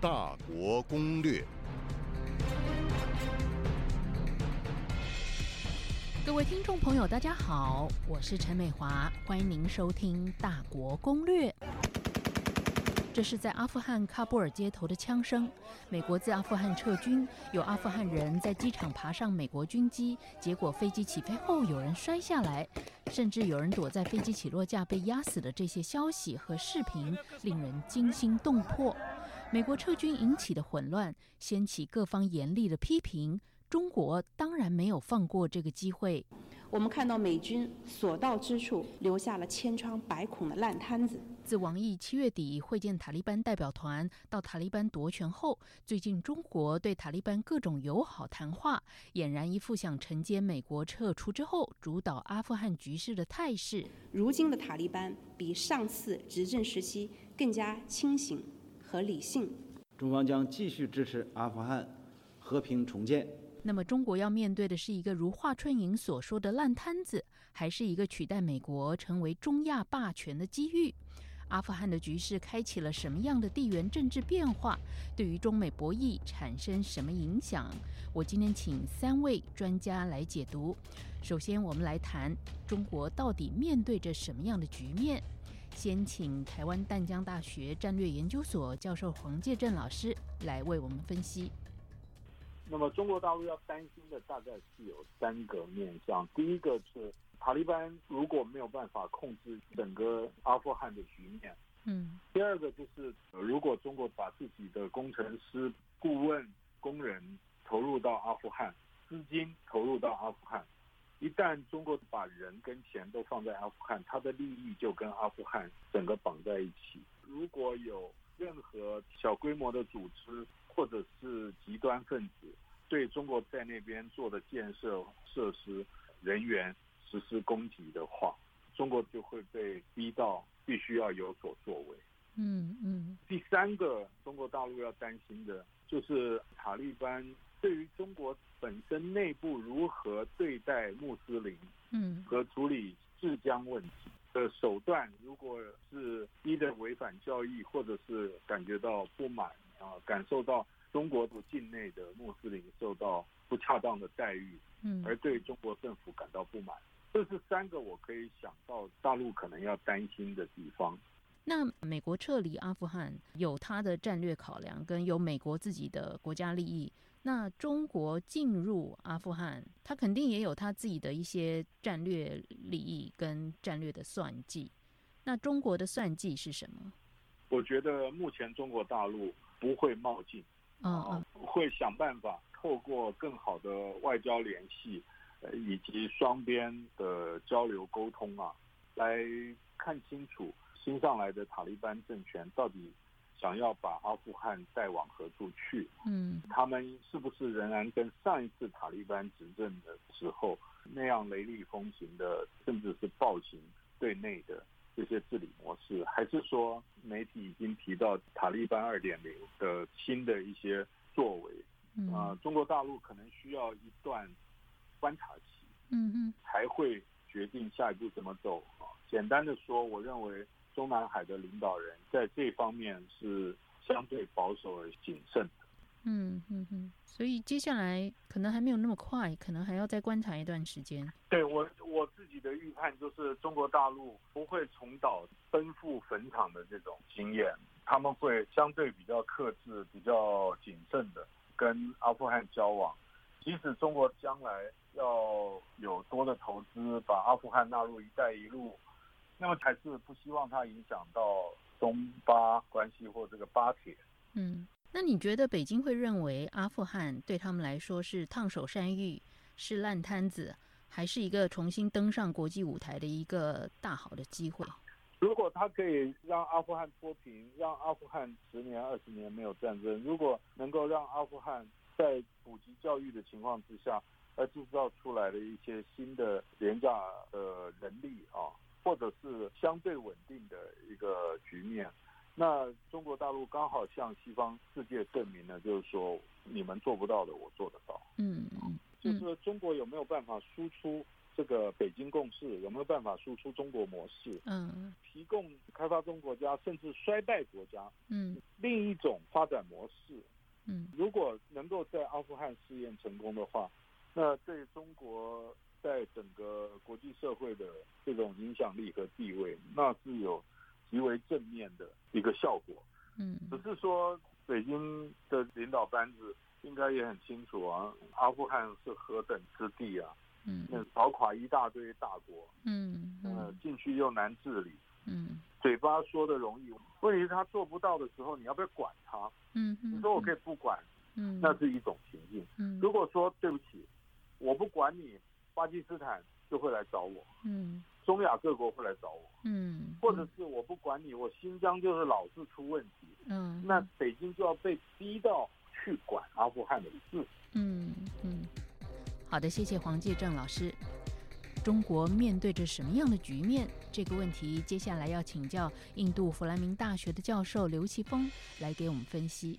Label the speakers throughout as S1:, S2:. S1: 大国攻略》。
S2: 各位听众朋友，大家好，我是陈美华，欢迎您收听《大国攻略》。这是在阿富汗喀布尔街头的枪声。美国自阿富汗撤军，有阿富汗人在机场爬上美国军机，结果飞机起飞后有人摔下来，甚至有人躲在飞机起落架被压死的这些消息和视频，令人惊心动魄。美国撤军引起的混乱，掀起各方严厉的批评。中国当然没有放过这个机会。
S3: 我们看到美军所到之处，留下了千疮百孔的烂摊子。
S2: 自王毅七月底会见塔利班代表团到塔利班夺权后，最近中国对塔利班各种友好谈话，俨然一副想承接美国撤出之后主导阿富汗局势的态势。
S3: 如今的塔利班比上次执政时期更加清醒和理性。
S4: 中方将继续支持阿富汗和平重建。
S2: 那么，中国要面对的是一个如华春莹所说的烂摊子，还是一个取代美国成为中亚霸权的机遇？阿富汗的局势开启了什么样的地缘政治变化？对于中美博弈产生什么影响？我今天请三位专家来解读。首先，我们来谈中国到底面对着什么样的局面。先请台湾淡江大学战略研究所教授黄介正老师来为我们分析。
S5: 那么中国大陆要担心的大概是有三个面向，第一个是塔利班如果没有办法控制整个阿富汗的局面，
S2: 嗯，
S5: 第二个就是呃如果中国把自己的工程师、顾问、工人投入到阿富汗，资金投入到阿富汗，一旦中国把人跟钱都放在阿富汗，它的利益就跟阿富汗整个绑在一起。如果有任何小规模的组织，或者是极端分子对中国在那边做的建设设施、人员实施攻击的话，中国就会被逼到必须要有所作为。
S2: 嗯嗯。
S5: 第三个，中国大陆要担心的就是塔利班对于中国本身内部如何对待穆斯林，
S2: 嗯，
S5: 和处理治疆问题。的手段，如果是一的违反教义，或者是感觉到不满啊，感受到中国的境内的穆斯林受到不恰当的待遇，
S2: 嗯，
S5: 而对中国政府感到不满，这是三个我可以想到大陆可能要担心的地方。
S2: 那美国撤离阿富汗有它的战略考量，跟有美国自己的国家利益。那中国进入阿富汗，它肯定也有它自己的一些战略利益跟战略的算计。那中国的算计是什么？
S5: 我觉得目前中国大陆不会冒进，呃
S2: 哦，
S5: 会想办法透过更好的外交联系，呃，以及双边的交流沟通啊，来看清楚新上来的塔利班政权到底想要把阿富汗带往何处去。
S2: 嗯
S5: 他们是不是仍然跟上一次塔利班执政的时候那样雷厉风行的，甚至是暴行对内的这些治理模式，还是说媒体已经提到塔利班二点零的新的一些作为？
S2: 嗯
S5: 啊、中国大陆可能需要一段观察期，
S2: 嗯嗯
S5: 才会决定下一步怎么走啊。简单的说，我认为中南海的领导人在这方面是相对保守而谨慎的。
S2: 嗯嗯嗯，所以接下来可能还没有那么快，可能还要再观察一段时间。
S5: 对我我自己的预判就是，中国大陆不会重蹈奔赴坟场的这种经验，他们会相对比较克制、比较谨慎的跟阿富汗交往。即使中国将来要有多的投资，把阿富汗纳入“一带一路”，那么还是不希望它影响到中巴关系或这个巴铁。
S2: 嗯，那你觉得北京会认为阿富汗对他们来说是烫手山芋，是烂摊子，还是一个重新登上国际舞台的一个大好的机会？
S5: 如果他可以让阿富汗脱贫，让阿富汗十年、二十年没有战争，如果能够让阿富汗在普及教育的情况之下，而制造出来的一些新的廉价的人力啊，或者是相对稳定的一个局面，那中国大陆刚好向西方世界证明了，就是说你们做不到的，我做得到。
S2: 嗯嗯
S5: 就是中国有没有办法输出
S6: 这个北京共识，有没有办法输出中国模式，
S2: 嗯
S6: 提供开发中国家甚至衰败国家
S2: 嗯
S6: 另一种发展模式？
S2: 嗯
S6: 如果能够在阿富汗试验成功的话，那对中国在整个国际社会的这种影响力和地位，那是有极为正面的一个效果。
S2: 嗯
S6: 只是说，北京的领导班子应该也很清楚啊，阿富汗是何等之地啊，那
S2: 嗯
S6: 搞垮一大堆大国，
S2: 嗯
S6: 呃
S2: 嗯，
S6: 进去又难治理，
S2: 嗯
S6: 嘴巴说的容易，问题是他做不到的时候，你要不要管他？
S2: 嗯，
S6: 你说我可以不管，
S2: 嗯，
S6: 那是一种情境。
S2: 嗯
S6: 如果说对不起，我不管你，巴基斯坦就会来找我，
S2: 嗯
S6: 中亚各国会来找我，
S2: 嗯，
S6: 或者是我不管你，我新疆就是老是出问题，
S2: 嗯
S6: 那北京就要被逼到去管阿富汗的事。
S2: 嗯嗯，好的，谢谢黄介正老师。中国面对着什么样的局面？这个问题，接下来要请教印度弗莱明大学的教授刘奇峰来给我们分析。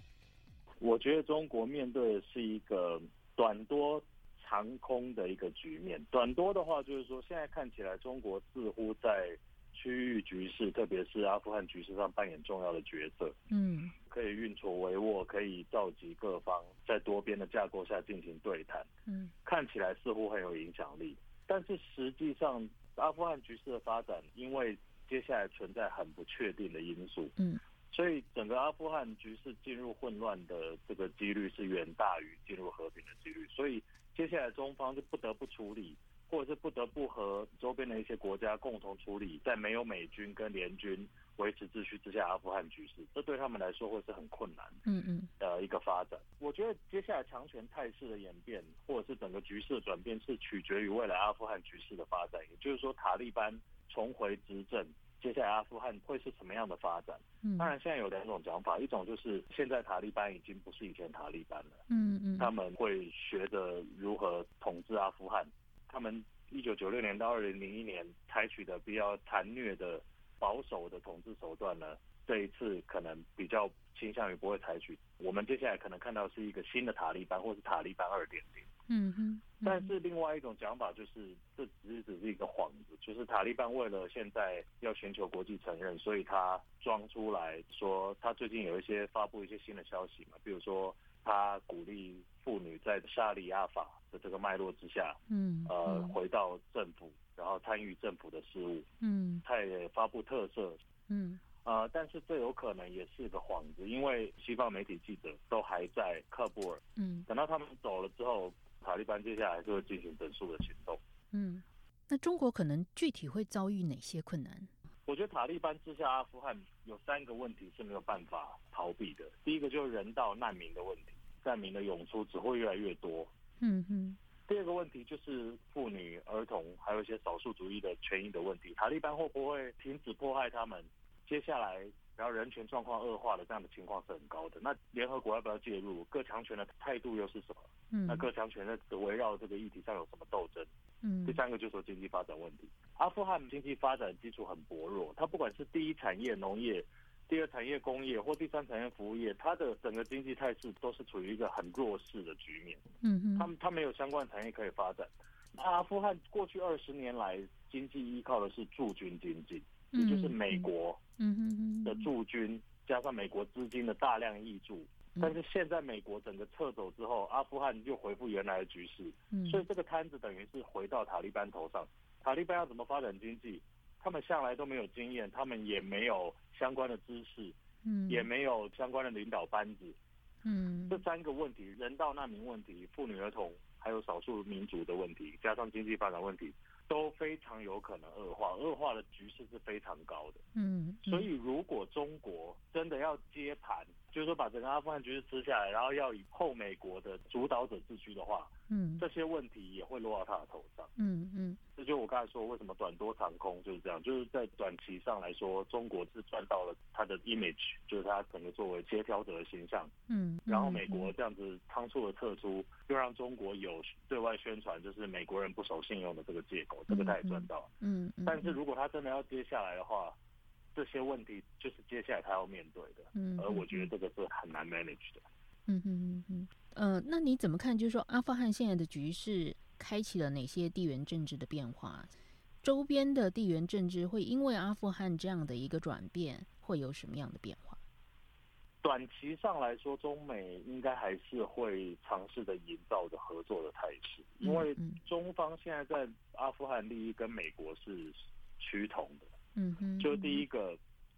S5: 我觉得中国面对的是一个短多长空的一个局面。短多的话，就是说现在看起来，中国似乎在区域局势，特别是阿富汗局势上扮演重要的角色，
S2: 嗯
S5: 可以运筹帷幄，可以召集各方，在多边的架构下进行对谈，
S2: 嗯
S5: 看起来似乎很有影响力。但是实际上，阿富汗局势的发展，因为接下来存在很不确定的因素，
S2: 嗯
S5: 所以整个阿富汗局势进入混乱的这个几率是远大于进入和平的几率，所以接下来中方就不得不处理，或者是不得不和周边的一些国家共同处理，在没有美军跟联军维持秩序之下，阿富汗局势，这对他们来说会是很困难
S2: 嗯嗯
S5: 的一个发展。我觉得接下来强权态势的演变，或者是整个局势的转变，是取决于未来阿富汗局势的发展，也就是说塔利班重回执政，接下来阿富汗会是什么样的发展？
S2: 嗯，
S5: 当然，现在有两种讲法，一种就是现在塔利班已经不是以前塔利班了，
S2: 嗯嗯，
S5: 他们会学着如何统治阿富汗。他们一九九六年到二零零一年采取的比较残虐的、保守的统治手段呢，这一次可能比较倾向于不会采取。我们接下来可能看到是一个新的塔利班，或是塔利班二点零。
S2: 嗯嗯，
S5: 但是另外一种讲法就是，这只是只是一个幌子，就是塔利班为了现在要寻求国际承认，所以他装出来说，他最近有一些发布一些新的消息嘛，比如说他鼓励妇女在沙里亚法的这个脉络之下，
S2: 嗯
S5: 呃，回到政府，然后参与政府的事务，
S2: 嗯
S5: 他也发布特色
S2: 嗯
S5: 呃，但是这有可能也是个幌子，因为西方媒体记者都还在喀布尔，
S2: 嗯
S5: 等到他们走了之后，塔利班接下来就会进行整数的行动。
S2: 嗯，那中国可能具体会遭遇哪些困难？
S5: 我觉得塔利班之下，阿富汗有三个问题是没有办法逃避的。第一个就是人道难民的问题，难民的涌出只会越来越多。
S2: 嗯嗯
S5: 第二个问题就是妇女、儿童，还有一些少数族裔的权益的问题。塔利班会不会停止迫害他们？接下来，然后人权状况恶化的这样的情况是很高的。那联合国要不要介入？各强权的态度又是什么？
S2: 嗯，
S5: 那各强权在围绕这个议题上有什么斗争？
S2: 嗯
S5: 第三个就是说经济发展问题。阿富汗经济发展基础很薄弱，它不管是第一产业农业、第二产业工业或第三产业服务业，它的整个经济态势都是处于一个很弱势的局面。
S2: 嗯
S5: 他
S2: 嗯
S5: 们他没有相关产业可以发展。那阿富汗过去二十年来，经济依靠的是驻军经济，也就是美国
S2: 嗯嗯
S5: 的驻军加上美国资金的大量挹注。
S2: 嗯
S5: 但是现在美国整个撤走之后，阿富汗又恢复原来的局势，
S2: 嗯
S5: 所以这个摊子等于是回到塔利班头上。塔利班要怎么发展经济？他们向来都没有经验，他们也没有相关的知识，
S2: 嗯
S5: 也没有相关的领导班子，
S2: 嗯
S5: 这三个问题：人道难民问题、妇女儿童，还有少数民族的问题，加上经济发展问题，都非常有可能恶化。恶化的局势是非常高的。
S2: 嗯，
S5: 所以，如果中国真的要接盘，就是说把整个阿富汗局势吃下来，然后要以后美国的主导者自居的话，
S2: 嗯
S5: 这些问题也会落到他的头上。
S2: 嗯嗯
S5: 这就是我刚才说为什么短多长空就是这样，就是在短期上来说，中国是赚到了它的 image，就是它整个作为协调者的形象。
S2: 嗯，
S5: 然后美国这样子仓促的撤出，又让中国有对外宣传就是美国人不守信用的这个借口，这个他也赚到了。
S2: 嗯，
S5: 但是如果他真的要接下来的话，这些问题就是接下来他要面对的，
S2: 嗯，
S5: 呃而我觉得这个是很难 manage 的。
S2: 嗯嗯嗯嗯，呃，那你怎么看？就是说，阿富汗现在的局势开启了哪些地缘政治的变化？周边的地缘政治会因为阿富汗这样的一个转变，会有什么样的变化？
S5: 短期上来说，中美应该还是会尝试的营造着合作的态势，因为
S2: 嗯嗯
S5: 中方现在在阿富汗利益跟美国是趋同的。
S2: 嗯哼，
S5: 就第一个，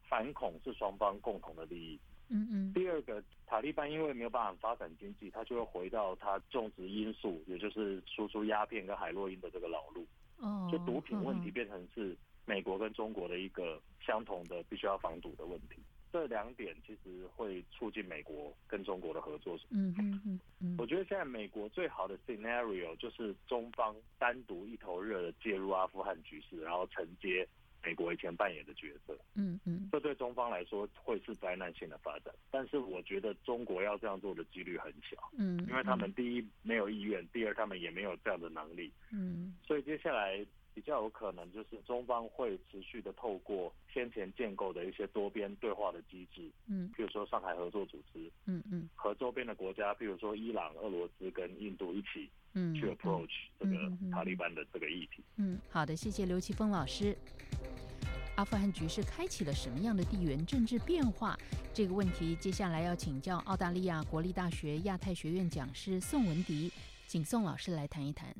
S5: 反恐是双方共同的利益；
S2: 嗯，嗯嗯
S5: 第二个，塔利班因为没有办法发展经济，他就会回到他种植因素，也就是输出鸦片跟海洛因的这个老路，
S2: 哦，
S5: 就毒品问题
S2: 嗯
S5: 变成是美国跟中国的一个相同的必须要防堵的问题。这两点其实会促进美国跟中国的合作。
S2: 嗯嗯嗯嗯，
S5: 我觉得现在美国最好的 scenario 就是中方单独一头热的介入阿富汗局势，然后承接美国以前扮演的角色。
S2: 嗯嗯
S5: 这对中方来说会是灾难性的发展，但是我觉得中国要这样做的几率很小，
S2: 嗯，
S5: 因为他们第一没有意愿，第二他们也没有这样的能力，
S2: 嗯
S5: 所以接下来比较有可能就是中方会持续的透过先前建构的一些多边对话的机制，
S2: 嗯
S5: 譬如说上海合作组织
S2: 嗯嗯
S5: 和周边的国家，譬如说伊朗、俄罗斯跟印度一起
S2: 嗯，
S5: 去 approach 这个
S2: 嗯嗯
S5: 塔利班的这个议题。
S2: 嗯，好的，谢谢刘奇峰老师。阿富汗局势开启了什么样的地缘政治变化？这个问题，接下来要请教澳大利亚国立大学亚太学院讲师宋文迪，请宋老师来谈一谈。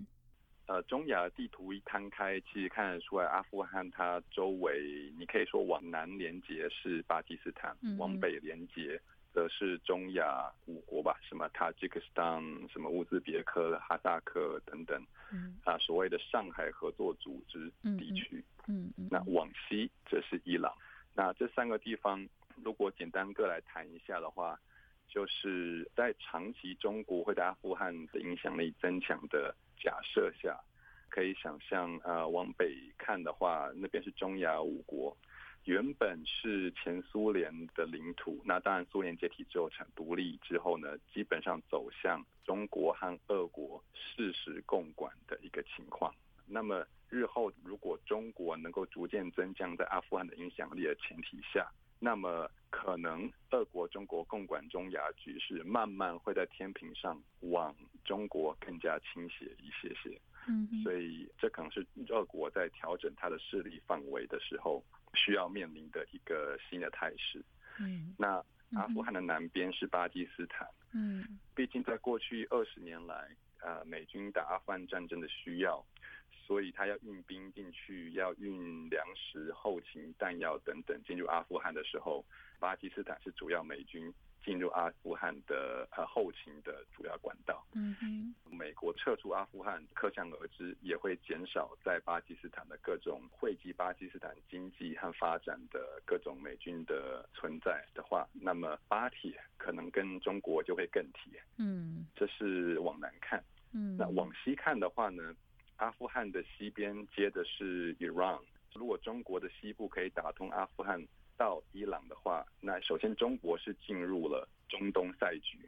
S7: 呃，中亚地图一摊开，其实看得出来，阿富汗它周围，你可以说往南连接是巴基斯坦，
S2: 嗯
S7: 往北连接则是中亚五国吧，什么塔吉克斯坦、什么乌兹别克、哈萨克等等，
S2: 嗯
S7: 啊，所谓的上海合作组织
S2: 嗯
S7: 地
S2: 嗯
S7: 区。
S2: 嗯嗯，
S7: 那往西这是伊朗，那这三个地方如果简单各来谈一下的话，就是在长期中国会对阿富汗的影响力增强的假设下，可以想象，呃，往北看的话，那边是中亚五国，原本是前苏联的领土，那当然苏联解体之后成独立之后呢，基本上走向中国和俄国事实共管的一个情况。那么日后如果中国能够逐渐增强在阿富汗的影响力的前提下，那么可能俄国、中国共管中亚局势，慢慢会在天平上往中国更加倾斜一些些。
S2: 嗯
S7: 所以这可能是俄国在调整它的势力范围的时候需要面临的一个新的态势。
S2: 嗯
S7: 那阿富汗的南边是巴基斯坦，
S2: 嗯
S7: 毕竟在过去二十年来，呃，美军打阿富汗战争的需要，所以他要运兵进去，要运粮食、后勤、弹药等等进入阿富汗的时候，巴基斯坦是主要美军进入阿富汗的呃后勤的主要管道。
S2: 嗯嗯
S7: 美国撤出阿富汗，可想而知也会减少在巴基斯坦的各种惠及巴基斯坦经济和发展的各种美军的存在的话，那么巴铁可能跟中国就会更铁，
S2: 嗯
S7: 这是往南看。
S2: 嗯，
S7: 那往西看的话呢，阿富汗的西边接的是 Iran，如果中国的西部可以打通阿富汗到伊朗的话，那首先中国是进入了中东赛局，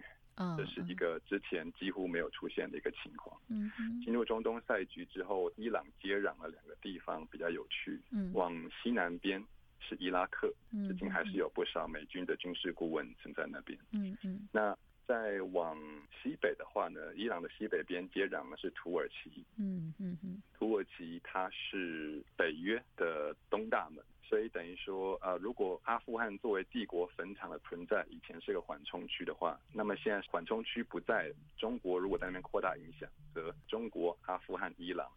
S7: 这是一个之前几乎没有出现的一个情况。
S2: 嗯
S7: 进入中东赛局之后，伊朗接壤了两个地方比较有趣。
S2: 嗯
S7: 往西南边是伊拉克，
S2: 嗯
S7: 至今还是有不少美军的军事顾问曾在那边。
S2: 嗯嗯
S7: 那再往西北的话呢，伊朗的西北边接壤的是土耳其，
S2: 嗯嗯嗯
S7: 土耳其它是北约的东大门，所以等于说，呃，如果阿富汗作为帝国坟场的存在，以前是个缓冲区的话，那么现在缓冲区不在，中国如果在那边扩大影响，则中国、阿富汗、伊朗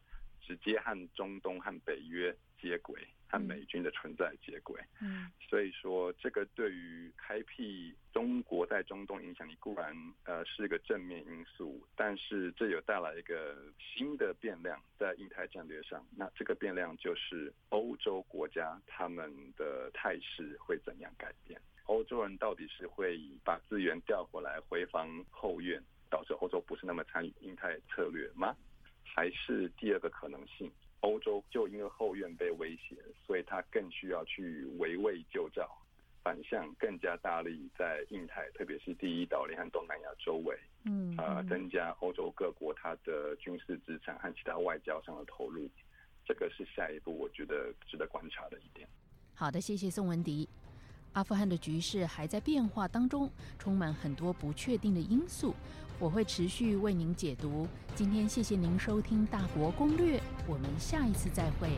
S7: 直接和中东和北约接轨，和美军的存在接轨。
S2: 嗯
S7: 所以说，这个对于开辟中国在中东影响力固然呃是个正面因素，但是这有带来一个新的变量在印太战略上。那这个变量就是欧洲国家他们的态势会怎样改变？欧洲人到底是会把资源调回来回防后院，导致欧洲不是那么参与印太策略吗？还是第二个可能性？欧洲就因为后院被威胁，所以他更需要去围魏救赵，反向更加大力在印太，特别是第一岛链和东南亚周围，
S2: 嗯
S7: 啊，增加欧洲各国它的军事资产和其他外交上的投入，这个是下一步我觉得值得观察的一点。
S2: 好的，谢谢宋文迪。阿富汗的局势还在变化当中，充满很多不确定的因素。我会持续为您解读。今天谢谢您收听《大国攻略》，我们下一次再会。